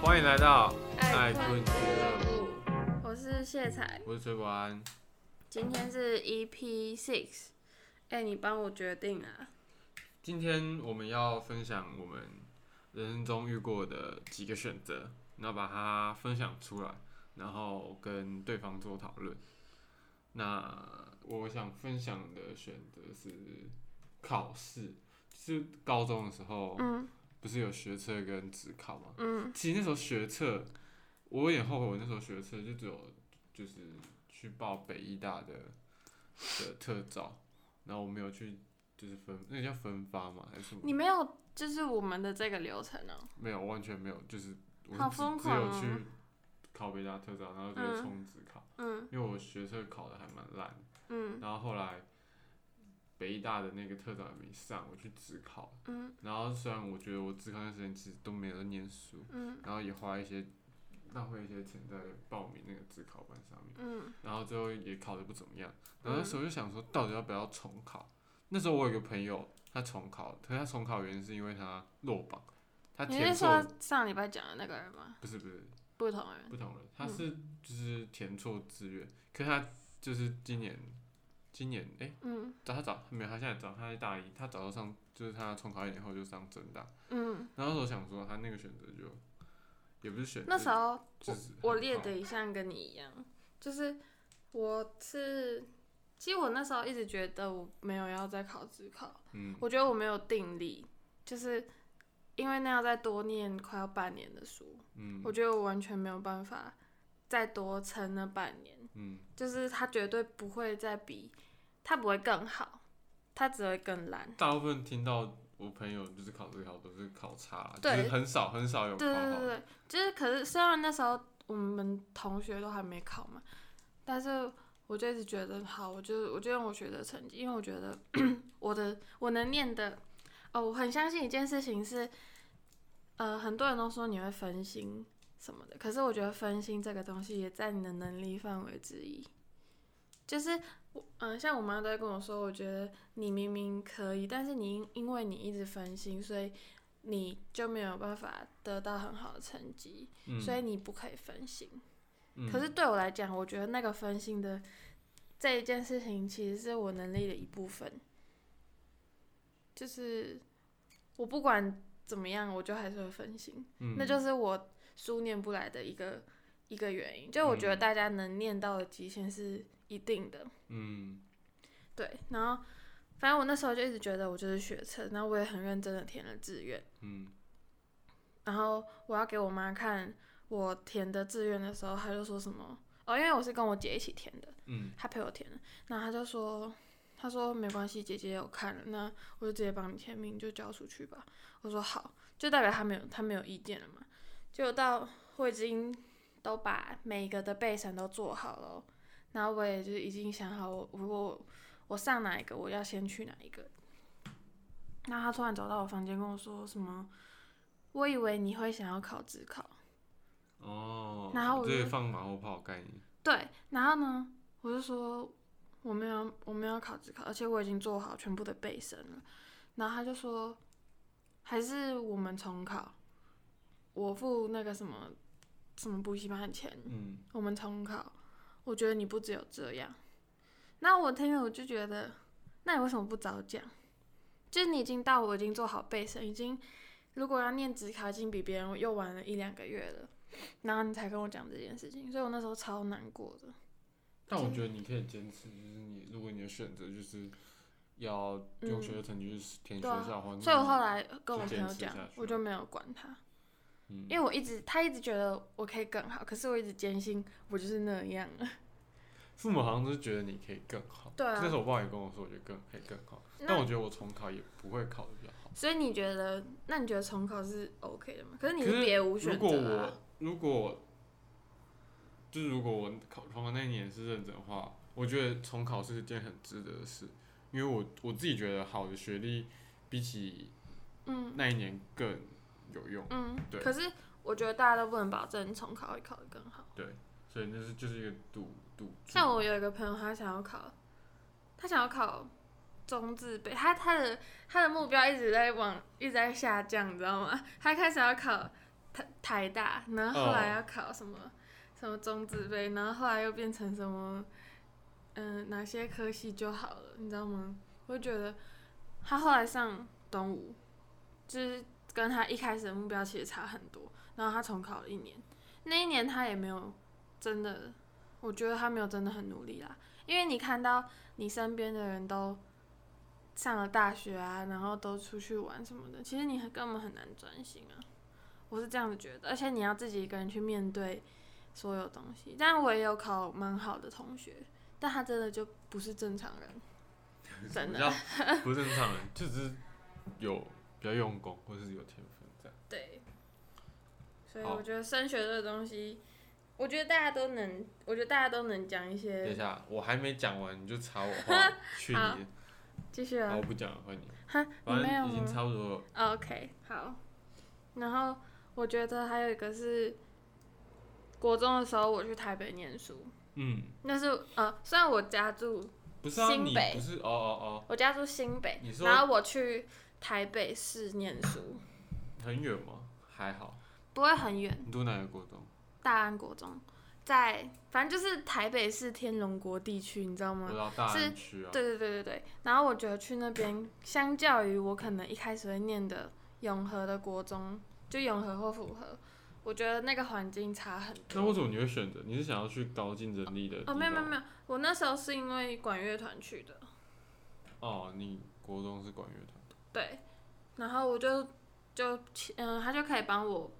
欢迎来到爱坤坤俱俱乐乐部部，嗯我是谢彩，我是崔国安。今天是 EP six，哎、你帮我决定啊，今天我们要分享我们人生中遇过的几个选择，那把它分享出来，然后跟对方做讨论。那我想分享的选择是考试，就是高中的时候，嗯不是有学测跟职考吗？嗯，其实那时候学测，我有点后悔，我那时候学测就只有就是去报北医大的的特招，然后我没有去就是分那个叫分发嘛还是什么？你没有就是我们的这个流程哦、没有，完全没有，就是我好只疯只有狂哦去考北大特招，然后直接嗯冲职考，嗯因为我学测考的还蛮烂的，嗯然后后来北医大的那个特招也没上，我去职考，嗯然后虽然我觉得我职考那时间其实都没有在念书，嗯然后也花一些浪费一些钱在报名那个自考班上面，嗯然后最后也考得不怎么样。然后那时候就想说，到底要不要重考？那时候我有个朋友，他重考，可是他重考原因是因为他落榜，他你填是错说，上礼拜讲的那个人吗？不是不是不同人，不同人，他是就是填错志愿，可是他就是今年今年哎、嗯找他找没有，他现在找他在大一，他早就上就是他重考一年后就上正大，嗯，然后那时候想说他那个选择就也不是选择，那时候就是我很列好的一项跟你一样，就是我是，其实我那时候一直觉得我没有要再考职考。嗯我觉得我没有定力，就是因为那要再多念快要半年的书，嗯我觉得我完全没有办法再多撑那半年，嗯就是它绝对不会再比，它不会更好，它只会更烂。大部分听到我朋友就是考这个考都是考差，就对是很少很少有考对对好对的。对，就是可是虽然那时候我们同学都还没考嘛，但是我就一直觉得好，我就我就用我学的成绩，因为我觉得 我的我能念的，哦，我很相信一件事情是，呃，很多人都说你会分心什么的，可是我觉得分心这个东西也在你的能力范围之一，就是。我嗯、像我妈都会跟我说，我觉得你明明可以，但是你因因为你一直分心，所以你就没有办法得到很好的成绩，嗯，所以你不可以分心。嗯可是对我来讲，我觉得那个分心的这一件事情，其实是我能力的一部分。就是我不管怎么样，我就还是会分心，嗯那就是我书念不来的一个一个原因。就我觉得嗯大家能念到的极限是一定的，嗯对。然后，反正我那时候就一直觉得我就是学车，然后我也很认真的填了志愿。嗯然后我要给我妈看我填的志愿的时候，她就说什么哦，因为我是跟我姐一起填的，嗯她陪我填的，然后她就说，她说没关系，姐姐有看了，那我就直接帮你签名，就交出去吧。我说好，就代表她没有她没有意见了嘛。结果到我已经都把每一个的备审都做好了哦，然后我也就是已经想好我如果我我上哪一个，我要先去哪一个。然后她突然走到我房间跟我说什么。我以为你会想要考职考，哦，然后我这就个放马后炮概念，对，然后呢，我就说我没有，我没有考职考，而且我已经做好全部的备审了。然后他就说，还是我们重考，我付那个什么什么补习班的钱，嗯我们重考。我觉得你不只有这样。那我听了我就觉得，那你为什么不早讲？就是你已经到我已经做好备审，已经如果要念职考，已经比别人又晚了一两个月了，然后你才跟我讲这件事情，所以我那时候超难过的。但我觉得你可以坚持，就是你如果你的选择就是要用嗯学的成绩去填学对啊校的话，所以我后那来跟我嗯就朋坚友持讲下，去我就没有管他，嗯因为我一直他一直觉得我可以更好，可是我一直坚信我就是那样了。父母好像都是觉得你可以更好。对啊那时候我爸也跟我说，我觉得更可以更好，但那我觉得我重考也不会考的比较好。所以你觉得，那你觉得重考是 OK 的吗？可是你可是别无如选果择我啊。如果就是如果我考重考那一年是认真的话，我觉得重考是一件很值得的事，因为我我自己觉得好的学历比起嗯那一年更有用，嗯对，可是我觉得大家都不能保证重考会考得更好。所以就是就是一个赌赌注。像我有一个朋友，他想要考，他想要考中字辈，他他的他的目标一直在往一直在下降，你知道吗？他开始要考台台大，然后后来要考什么、什么中子杯，然后后来又变成什么，嗯、哪些科系就好了，你知道吗？我就觉得他后来上东吴，就是跟他一开始的目标其实差很多，然后他重考了一年，那一年他也没有真的，我觉得他没有真的很努力啦，因为你看到你身边的人都。上了大学啊，然后都出去玩什么的，其实你很根本很难专心啊。我是这样子觉得，而且你要自己一个人去面对所有东西。但我也有考蛮好的同学，但他真的就不是正常 人，真比的较不正常人，就只是有比较用功或是有天分这样。对。所以好我觉得升学这个东西，我觉得大家都能，我觉得大家都能讲一等一些。下，我还没讲完你就插我 话，去好你的！继续好，啊我，不讲了，换你。哈，你反没有啊正已经吗？差不多了。 OK，好。然后我觉得还有一个是，国中的时候我去台北念书，嗯，那是呃，虽然我家住不是啊，新你北不是哦哦我家住新北你，说然后我去台北市念书，哦，很远吗？还好。不会很远，你读哪个国中？大安国中在，反正就是台北市天龙国地区，你知道我吗？知道大安区啊。对对对对对。然后我觉得去那边，相较于我可能一开始会念的永和的国中，就永和或府和，我觉得那个环境差很那多。为什么你会选择？你是想要去高竞争力的地哦，方？没有没有没有，我那时候是因为管乐团去的，哦，你国中是管乐团。对，然后我就就签嗯，他就可以帮我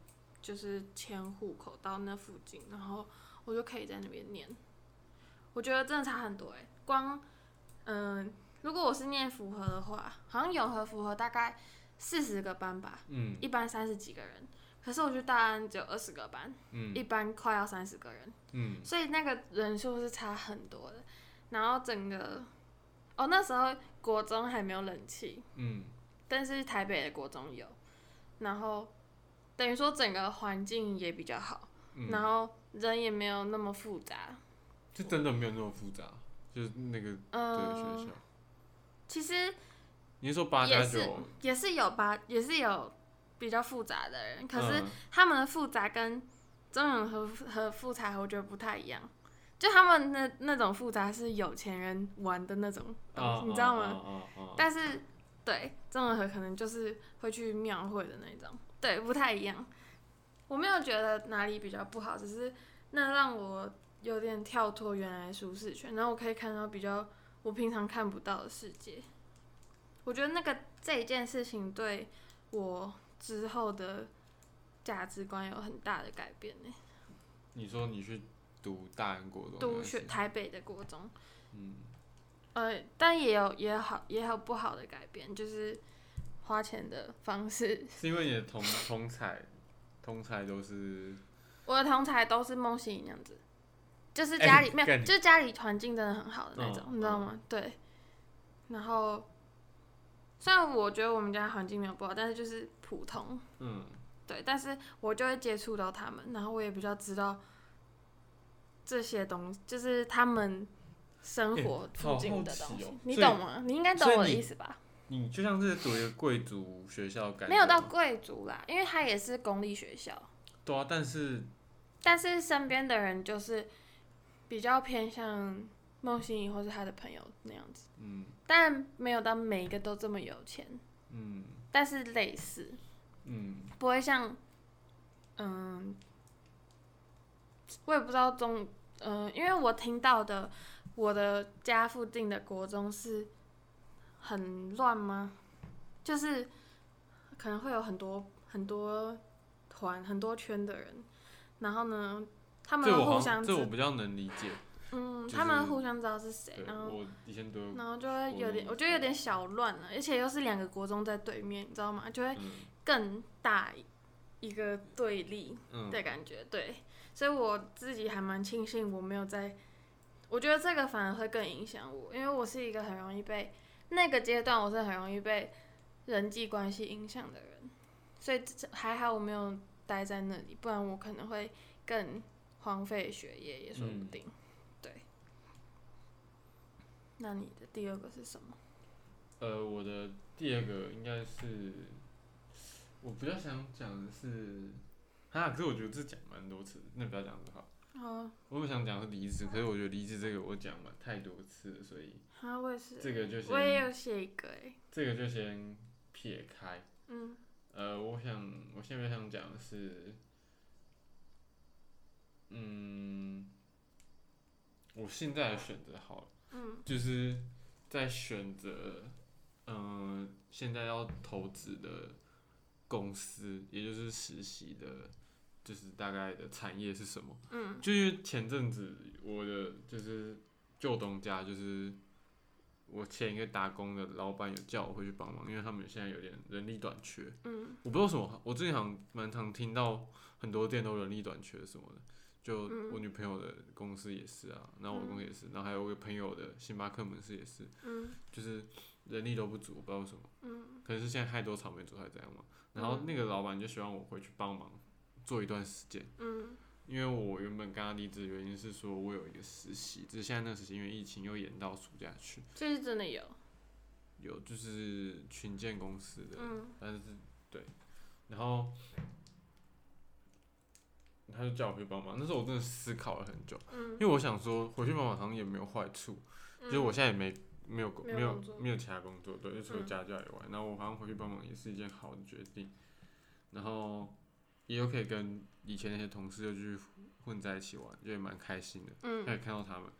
就是迁户口到那附近，然后我就可以在那边念。我觉得真的差很多哎、光嗯、如果我是念符合的话，好像永和符合大概四十个班吧，嗯一班三十几个人，可是我去大安只有二十个班，嗯一班快要三十个人。嗯，所以那个人数是差很多的。然后整个，哦，那时候国中还没有冷气，嗯，但是台北的国中有，然后等于说整个环境也比较好，嗯然后人也没有那么复杂。就真的没有那么复杂，就是那个这个嗯、学校。其实你是说八加也是九？也是有吧，也是有比较复杂的人，可是嗯他们的复杂跟中永和和复杂，我觉得不太一样。就他们那那种复杂是有钱人玩的那种东啊西，哦你知道吗？啊啊啊啊但是对中文和可能就是会去庙会的那种，对，不太一样。我没有觉得哪里比较不好，只是那让我有点跳脱原来的舒适圈，然后我可以看到比较我平常看不到的世界。我觉得那个这一件事情对我之后的价值观有很大的改变欸呢。你说你去读大安国中，读学，台北的国中，嗯，呃，但也有也有好也有不好的改变，就是花钱的方式是因为你的同同彩同彩都是我的同才都是梦醒影那样子，就是家里、哎没有，干就是家里环境真的很好的那种，嗯你知道吗？对。然后，虽然我觉得我们家环境没有不好，但是就是普通，嗯对。但是我就会接触到他们，然后我也比较知道这些东西，就是他们生活哎附近的好好东奇西，哦你所以懂吗？你应该懂所以我的你意思吧？你就像是读一个贵族学校的感觉，没有到贵族啦，因为他也是公立学校。对啊，但是但是身边的人就是比较偏向孟欣怡或是他的朋友那样子，嗯但没有到每一个都这么有钱，嗯但是类似，嗯，不会像，嗯，我也不知道中，嗯，因为我听到的我的家附近的国中是很乱吗？就是可能会有很多很多团、很多圈的人，然后呢，他们这我互好像相这我知，比较能理解，嗯，就是他们互相知道是谁对，然后我以前读的，然后就会有国点，中我觉得有点小乱了，而且又是两个国中在对面，你知道吗？就会嗯更大一个对立嗯的感觉，对，所以我自己还蛮庆幸我没有在，我觉得这个反而会更影响我，因为我是一个很容易被那个阶段我是很容易被人际关系影响的人，所以这还好我没有待在那里，不然我可能会更荒废学业也说不嗯定，对。那你的第二个是什么？呃，我的第二个应该是，我比较想讲的是，啊，可是我觉得这讲蛮多次，那不要讲这好。哦，我本想讲是离职，可是我觉得离职这个我讲蛮太多次了，所以啊，我也是，这个就先我也有写一个哎，这个就先撇开。嗯，呃，我想我现在想讲的是，嗯，我现在的选择好了，嗯，就是在选择，嗯、现在要投资的公司，也就是实习的，就是大概的产业是什么？嗯，就因为前阵子我的就是旧东家，就是我前一个打工的老板有叫我回去帮忙，因为他们现在有点人力短缺。嗯，我不知道为什么，我最近好像蛮常听到很多店都人力短缺什么的。就嗯我女朋友的公司也是啊，然后我公司也是，然后还有我一个朋友的星巴克门市也是，嗯，就是人力都不足，我不知道为什么，嗯，可能是现在太多草莓族还这样嘛。然后嗯那个老板就希望我回去帮忙做一段时间，嗯，因为我原本跟他离职的原因是说我有一个实习，只是现在那个实习因为疫情又延到暑假去，这是真的有，有就是群建公司的，嗯但是对，然后他就叫我去帮忙，那时候我真的思考了很久，嗯因，为我想说回去帮忙好像也没有坏处，就是我现在也没没有工没有没有工作没有其他工作，对，就除了嗯家教以外，然后我好像回去帮忙也是一件好的决定，然后也有可以跟以前那些同事就继续混在一起玩，就也蛮开心的。可以嗯看到他们。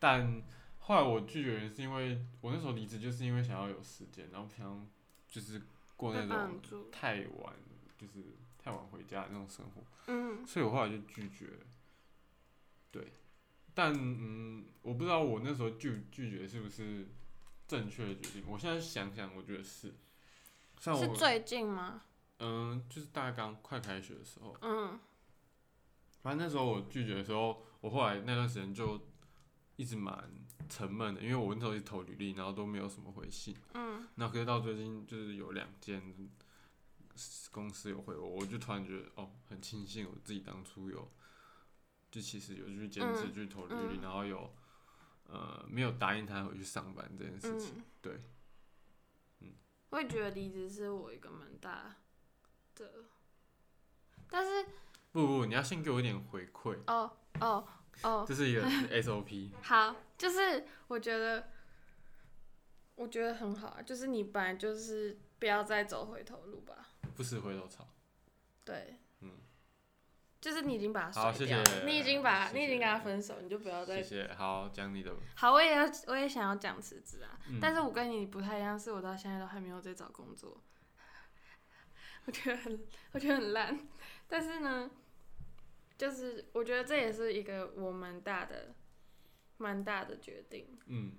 但后来我拒绝的原因是因为我那时候离职，就是因为想要有时间，然后不想就是过那被绑种住，太晚，就是太晚回家的那种生活，嗯所以我后来就拒绝了。对，但嗯，我不知道我那时候拒拒绝是不是正确的决定。我现在想想，我觉得是。像是我最近吗？嗯，就是大概刚快开学的时候，嗯反正那时候我拒绝的时候，我后来那段时间就一直蛮沉闷的，因为我那时候一直投履历，然后都没有什么回信。嗯那可是到最近就是有两间公司有回我，我就突然觉得哦，很庆幸我自己当初有，就其实有去坚持嗯去投履历，嗯然后有呃没有答应他回去上班这件事情。嗯，对，嗯嗯，我也觉得离职是我一个蛮大的，但是不不，你要先给我一点回馈，哦哦哦，这是一个 SOP。好，就是我觉得，我觉得很好啊，就是你本来就是不要再走回头路吧，不吃回头草。对，嗯，就是你已经把好它谢甩掉了，谢你已经把谢谢你已经跟他分手，你就不要谢再。谢，好，讲你的。好，我也要，我也想要讲辞职啊，嗯但是我跟你不太一样，是我到现在都还没有在找工作， 我觉得很，我觉得很烂，但是呢，就是我觉得这也是一个我蛮大的，蛮大的决定。嗯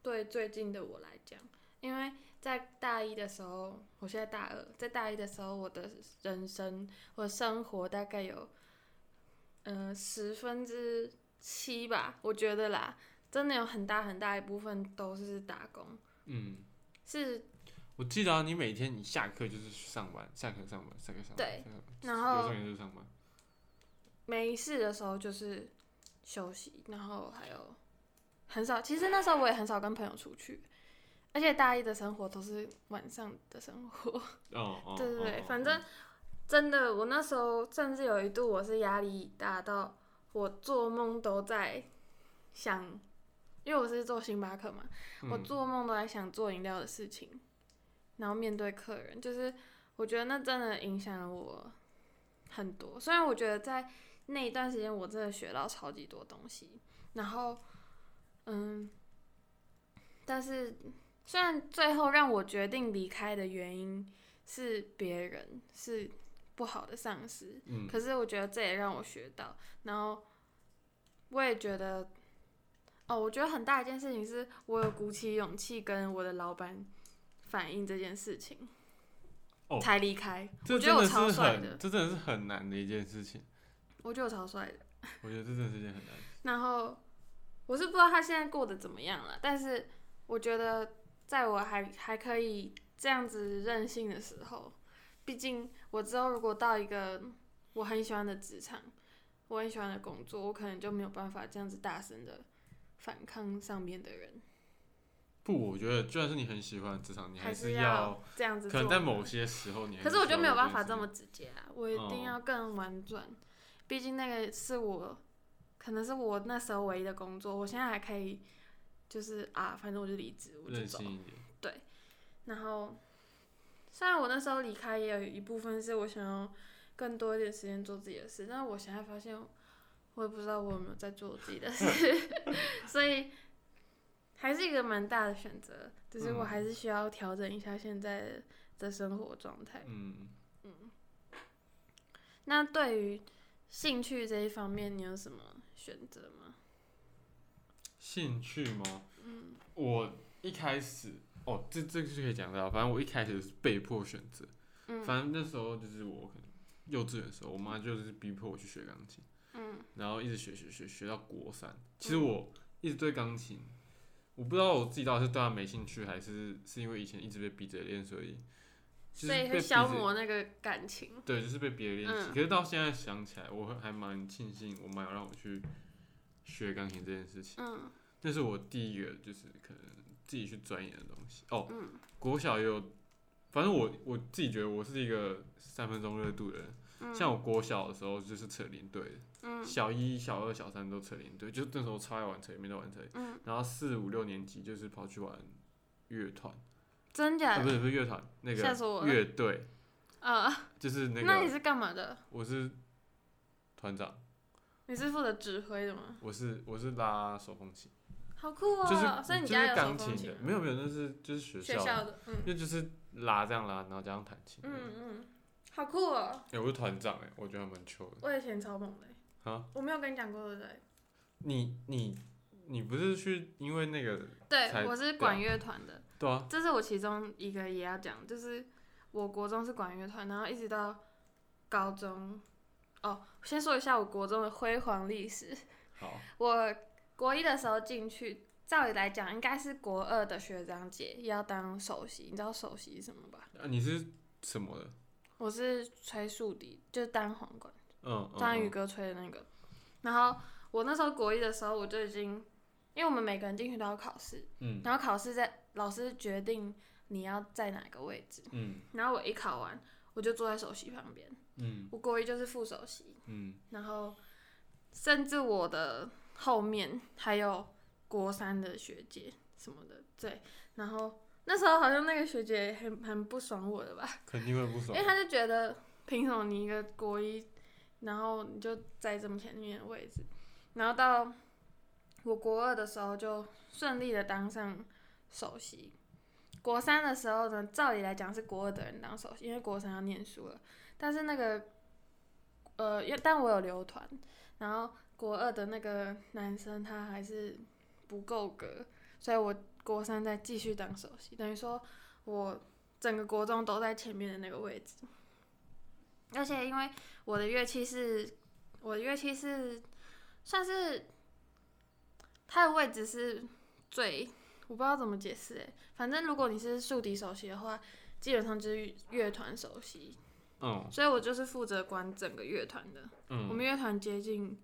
对最近的我来讲，因为在大一的时候，我现在大二，在大一的时候，我的人生，我的生活大概有，嗯、十分之七吧，我觉得啦，真的有很大很大一部分都是打工，嗯。是，我记得啊，你每天你下课就是去上班，下课上班，下课上班，下对课上班，然有时候后你就是上班，没事的时候就是休息，然后还有很少，其实那时候我也很少跟朋友出去，而且大一的生活都是晚上的生活。哦哦，对对对，哦反正，真的，我那时候甚至有一度我是压力大到我做梦都在想，因为我是做星巴克嘛，嗯我做梦都在想做饮料的事情，然后面对客人，就是我觉得那真的影响了我很多。虽然我觉得在那一段时间我真的学到超级多东西，然后嗯，但是虽然最后让我决定离开的原因是别人是不好的上司，嗯可是我觉得这也让我学到，然后我也觉得，哦，我觉得很大一件事情是我有鼓起勇气跟我的老板反映这件事情，哦才离开。这我觉真得我的是超帅很，的，这真的是很难的一件事情，我觉得我超帅的。我觉得这真的是一件很难的事。然后我是不知道他现在过得怎么样了，但是我觉得在我还还可以这样子任性的时候，毕竟我之后如果到一个我很喜欢的职场，我很喜欢的工作，我可能就没有办法这样子大声的反抗上面的人。不，我觉得就算是你很喜欢职场，你还是要这样子可能。做在某些时候你还可是我需要就没有一办件法事这情么直接啊，我一定哦要更婉转。毕竟那个是我，可能是我那时候唯一的工作，我现在还可以，就是啊，反正我就离职，我就任走。性一点。然后，虽然我那时候离开也有一部分是我想要更多一点时间做自己的事，但是我现在发现，我也不知道我有没有在做自己 的事， 所以还是一个蛮大的选择，就是我嗯还是需要调整一下现在的生活状态。嗯，那对于兴趣这一方面，你有什么选择吗？兴趣吗？嗯，我一开始哦，这这个是可以讲到，反正我一开始是被迫选择，嗯反正那时候就是我可能幼稚园的时候，我妈就是逼迫我去学钢琴，嗯，然后一直学学学学到国三。其实我一直对钢琴，我不知道我自己到底是对它没兴趣，还是是因为以前一直被逼着练，所以就是所以被会逼消着磨那个感情。对，就是被别人练习。嗯可是到现在想起来，我会还蛮庆幸我妈有让我去学钢琴这件事情。嗯那是我第一个就是可能自己去钻研的东西。哦，嗯国小也有，反正我我自己觉得我是一个三分钟热度的人。嗯，像我国小的时候就是扯连队的，嗯小一、小二、小三都扯连队，就是那时候超爱玩扯，没得玩扯。嗯，然后四五六年级就是跑去玩乐团，真假啊不的？是不是乐团，那吓死我个了乐队啊。就是那那你个是干嘛的？我是团长。你是负责指挥的吗？我是我是拉手风琴，好酷哦！就是所以你就家是有手钢风琴琴的啊，？没有没有，那是就是学学校的，的，嗯因为就是拉这样拉，然后加上弹琴。嗯嗯，好酷哦！哎、我是团长哎、我觉得还蛮糗的我以前超猛的欸，啊！我没有跟你讲过对不对？你你你不是去因为那个才啊对，我是管乐团的，对啊？这是我其中一个也要讲，就是我国中是管乐团，然后一直到高中。哦，先说一下我国中的辉煌历史。好，我国一的时候进去，照理来讲应该是国二的学长姐要当首席，你知道首席是什么吧？啊、你是什么的？我是吹竖笛，就是单簧管，嗯，嗯张宇哥吹的那个。然后我那时候国一的时候，我就已经，因为我们每个人进去都要考试，嗯然后考试在老师决定你要在哪个位置。嗯然后我一考完，我就坐在首席旁边。嗯我国一就是副首席，嗯然后甚至我的后面还有国三的学姐什么的，对。然后那时候好像那个学姐很很不爽我的吧。嗯，肯定会不因爽为。他就觉得凭什么你一个国一，然后你就在这么前面的位置，然后到我国二的时候就顺利的当上首席，国三的时候呢，照理来讲是国二的人当首席，因为国三要念书了，但是那个呃，因为但我有留团，然后国二的那个男生他还是不够格，所以我国三再继续当首席，等于说我整个国中都在前面的那个位置。而且因为我的乐器是，我的乐器是算是它的位置是最，我不知道怎么解释诶，反正如果你是竖笛首席的话，基本上就是乐团首席，嗯所以我就是负责管整个乐团的。嗯我们乐团接近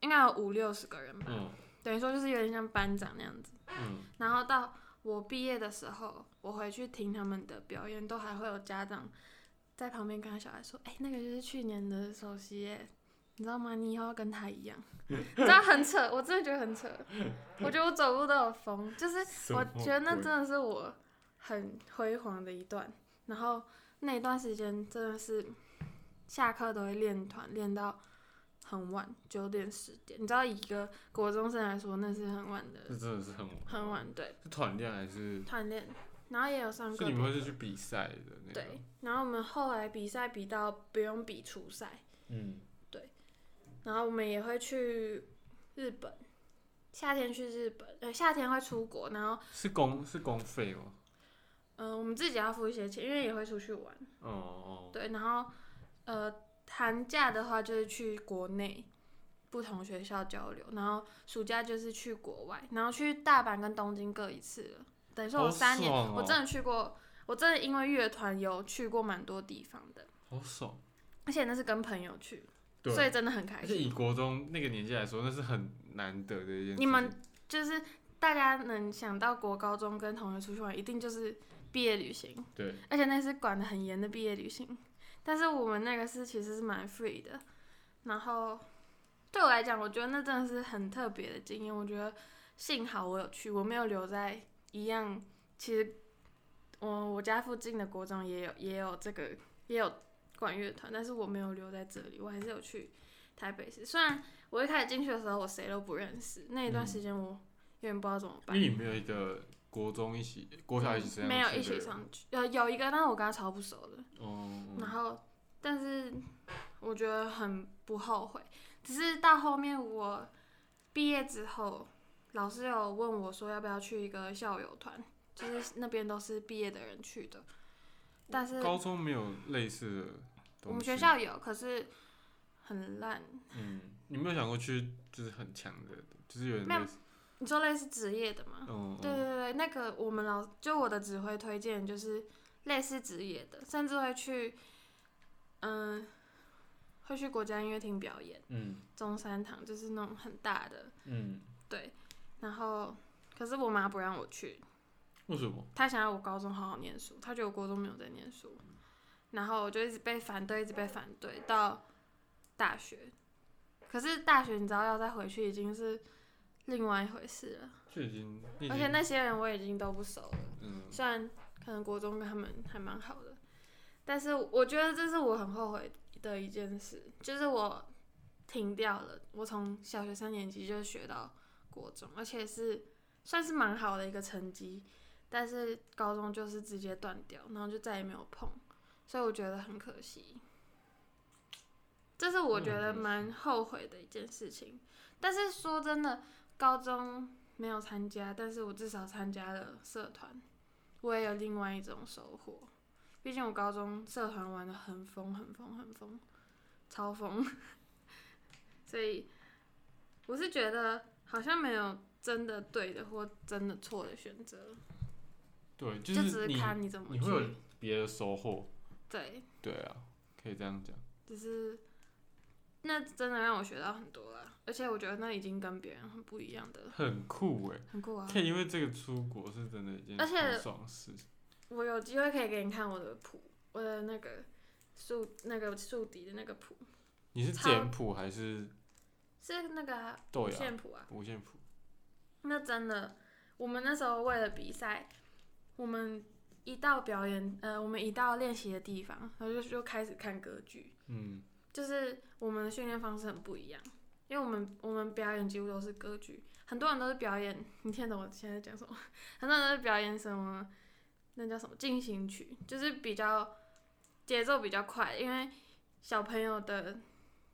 应该有五六十个人吧，嗯等于说就是有点像班长那样子。嗯然后到我毕业的时候，我回去听他们的表演，都还会有家长在旁边跟他小孩说：“哎、那个就是去年的首席耶，你知道吗？你以后要跟他一样。”你知道很扯，我真的觉得很扯。我觉得我走路都有风，就是什我么觉得那鬼真的是我很辉煌的一段。然后那一段时间真的是下课都会练团，练到很晚，九点十点。你知道，以一个国中生来说，那是很晚的，这真的是很晚很，晚，对。是团练还是？团练，然后也有上是个你们会是去比赛的那对种？，然后我们后来比赛比到不用比初赛，嗯然后我们也会去日本，夏天去日本，呃，夏天会出国，然后是公是公费吗？嗯、呃我们自己要付一些钱，因为也会出去玩，哦哦，对，然后呃，寒假的话就是去国内不同学校交流，然后暑假就是去国外，然后去大阪跟东京各一次了，等于说我好三年，爽我哦真的去过，我真的因为乐团有去过蛮多地方的。好爽。而且那是跟朋友去，对，所以真的很开而且心。以国中那个年纪来说，那是很难得的一件事情。你们就是大家能想到国高中跟同学出去玩，一定就是毕业旅行，对，而且那是管得很严的毕业旅行。但是我们那个是其实是蛮 free 的，然后对我来讲，我觉得那真的是很特别的经验。我觉得幸好我有去，我没有留在一样。其实我我家附近的国中也有也有这个也有管乐团，但是我没有留在这里，我还是有去台北市。虽然我一开始进去的时候我谁都不认识，那一段时间我有点不知道怎么因办。为嗯你没有一个国中一起、国小一起上、没有一起，上去，有有一个，但是我跟他超不熟的。哦、然后，但是我觉得很不后悔，只是到后面我毕业之后，老师有问我说要不要去一个校友团，就是那边都是毕业的人去的，但是高中没有类似的嗯我东们西。学，校有，可是很烂。嗯，你没有想过去，就是很强的，就是有点没有类似，你说类似职业的吗？嗯，对对对，那个我们老就我的指挥推荐就是类似职业的，甚至会去，嗯、会去国家音乐厅表演。嗯中山堂，就是那种很大的，嗯，对。然后，可是我妈不让我去，为什么？她想要我高中好好念书，她觉得我高中没有在念书，然后我就一直被反对，一直被反对到大学。可是大学你知道要再回去已经是另外一回事了，就已经，你已而且经，那些人我已经都不熟了。嗯，虽然可能国中跟他们还蛮好的，但是我觉得这是我很后悔的一件事，就是我停掉了。我从小学三年级就学到国中，而且是算是蛮好的一个成绩，但是高中就是直接断掉，然后就再也没有碰，所以我觉得很可惜。这是我觉得蛮后悔的一件事情。但是说真的，高中没有参加，但是我至少参加了社团，我也有另外一种收获。毕竟我高中社团玩的很疯，很疯，很疯，超疯， 所以我是觉得好像没有真的对的或真的错的选择，对，就只是是你看你怎么你会有去。别的收获，对，对啊，可以这样讲，只是那真的让我学到很多了，而且我觉得那已经跟别人很不一样的了，很酷哎、很酷啊！可以因为这个出国是真的一件而且很爽的事，我有机会可以给你看我的谱，我的那个竖那个竖笛的那个谱，你是超简谱还是是那个啊豆芽线谱啊。五线谱？那真的，我们那时候为了比赛，我们一到表演，呃，我们一到练习的地方，然后就就开始看歌剧，嗯就是我们的训练方式很不一样，因为我们我们表演几乎都是歌剧，很多人都是表演，你听得懂我现在在讲什么 吗？很多人都是表演什么，那叫什么进行曲，就是比较节奏比较快，因为小朋友的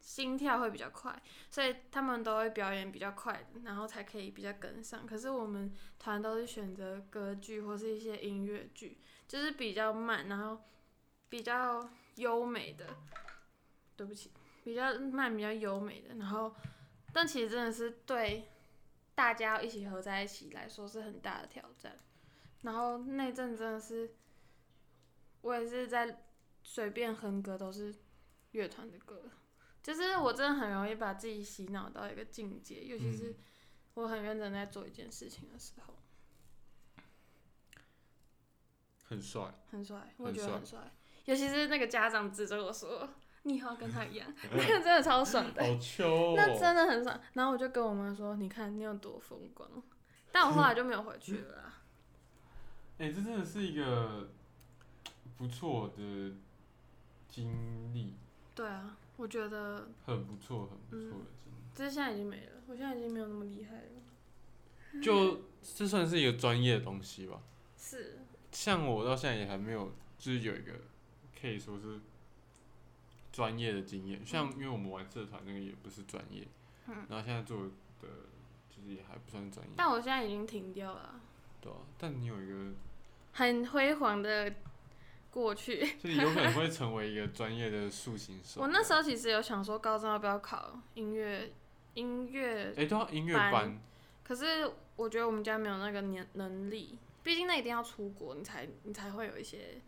心跳会比较快，所以他们都会表演比较快，然后才可以比较跟上。可是我们团都是选择歌剧或是一些音乐剧，就是比较慢，然后比较优美的。对不起，比较慢、比较优美的。然后，但其实真的是对大家一起合在一起来说是很大的挑战。然后那阵真的是，我也是在随便哼歌都是乐团的歌，就是我真的很容易把自己洗脑到一个境界，尤其是我很认真在做一件事情的时候，很帅，很帅，我很觉得帅很帅。尤其是那个家长指着我说：“你以后要跟他一 样。”那个真的超爽的。好秋、哦， 那真的很爽。然后我就跟我妈说：“你看你有多风光。”但我后来就没有回去了啦。哎、这真的是一个不错的经历，对啊，我觉得很不错，很不错的经历。这现在已经没了，我现在已经没有那么厉害了。嗯就这算是一个专业的东西吧。是，嗯像我到现在也还没有，就是有一个可以说是专业的经验。像因为我们玩社团那个也不是专业，嗯然后现在做的就是也还不算专业，但我现在已经停掉了啊，对啊。但你有一个， 很辉煌的过去。就是有可能会成为一个专业的塑形手。我那时候其实有想说，高中要不要考音乐音乐，哎、对啊，音乐班班，可是我觉得我们家没有那个能能力，毕竟那一定要出国，你才你才会有一些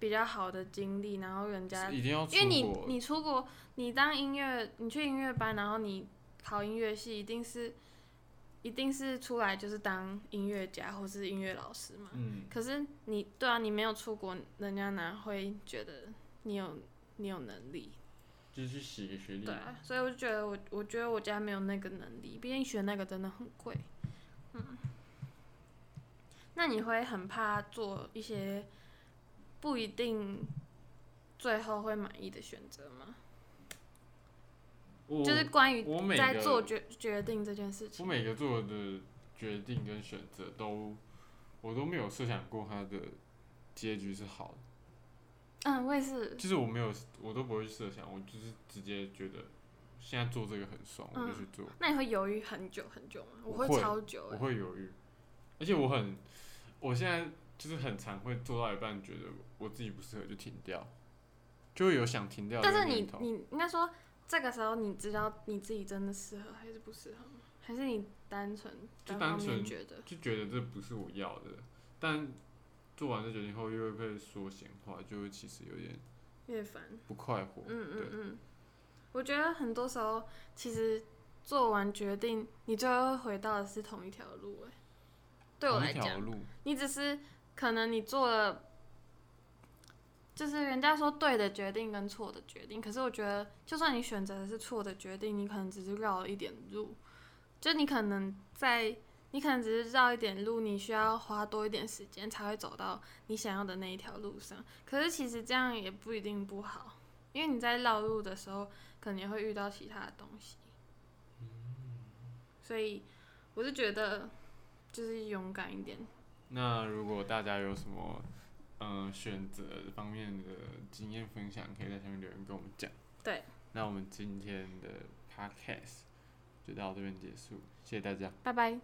比较好的经历，然后人家是一定要出因为你国你出国，你当音乐，你去音乐班，然后你考音乐系，一定是一定是出来就是当音乐家或是音乐老师嘛。嗯，可是你对啊，你没有出国，人家哪会觉得你有你有能力？就是去洗个学历对。啊，所以我就觉得我我觉得我家没有那个能力，毕竟学那个真的很贵。嗯，那你会很怕做一些不一定最后会满意的选择吗？我就是关于我每在个做决决定这件事我情。每个做的决定跟选择都，我都没有设想过它的结局是好的。嗯，我也是。就是我没有，我都不会去设想，我就是直接觉得现在做这个很爽，我嗯就去做，那你会犹豫很久很久吗？我会会超久、我欸。会犹豫，而且我很，我现在就是很常会做到一半，觉得我自己不适合就停掉，就会有想停掉但的是念你头。你应该说这个时候你知道你自己真的适合还是不适合吗？还是你单纯就单单方面纯觉得？就觉得这不是我要的，但做完这决定后又会被说闲话，就会其实有点越烦。不快活。嗯嗯对嗯，我觉得很多时候其实做完决定，你最后会回到的是同一条路、哎，对我同来一条讲，路，你只是可能你做了，就是人家说对的决定跟错的决定，可是我觉得，就算你选择的是错的决定，你可能只是绕了一点路，就你可能在，你可能只是绕一点路，你需要花多一点时间才会走到你想要的那一条路上。可是其实这样也不一定不好，因为你在绕路的时候，可能也会遇到其他的东西。所以我是觉得，就是勇敢一点。那如果大家有什么嗯、呃选择方面的经验分享，可以在下面留言跟我们讲。对，那我们今天的 podcast 就到这边结束，谢谢大家。拜拜。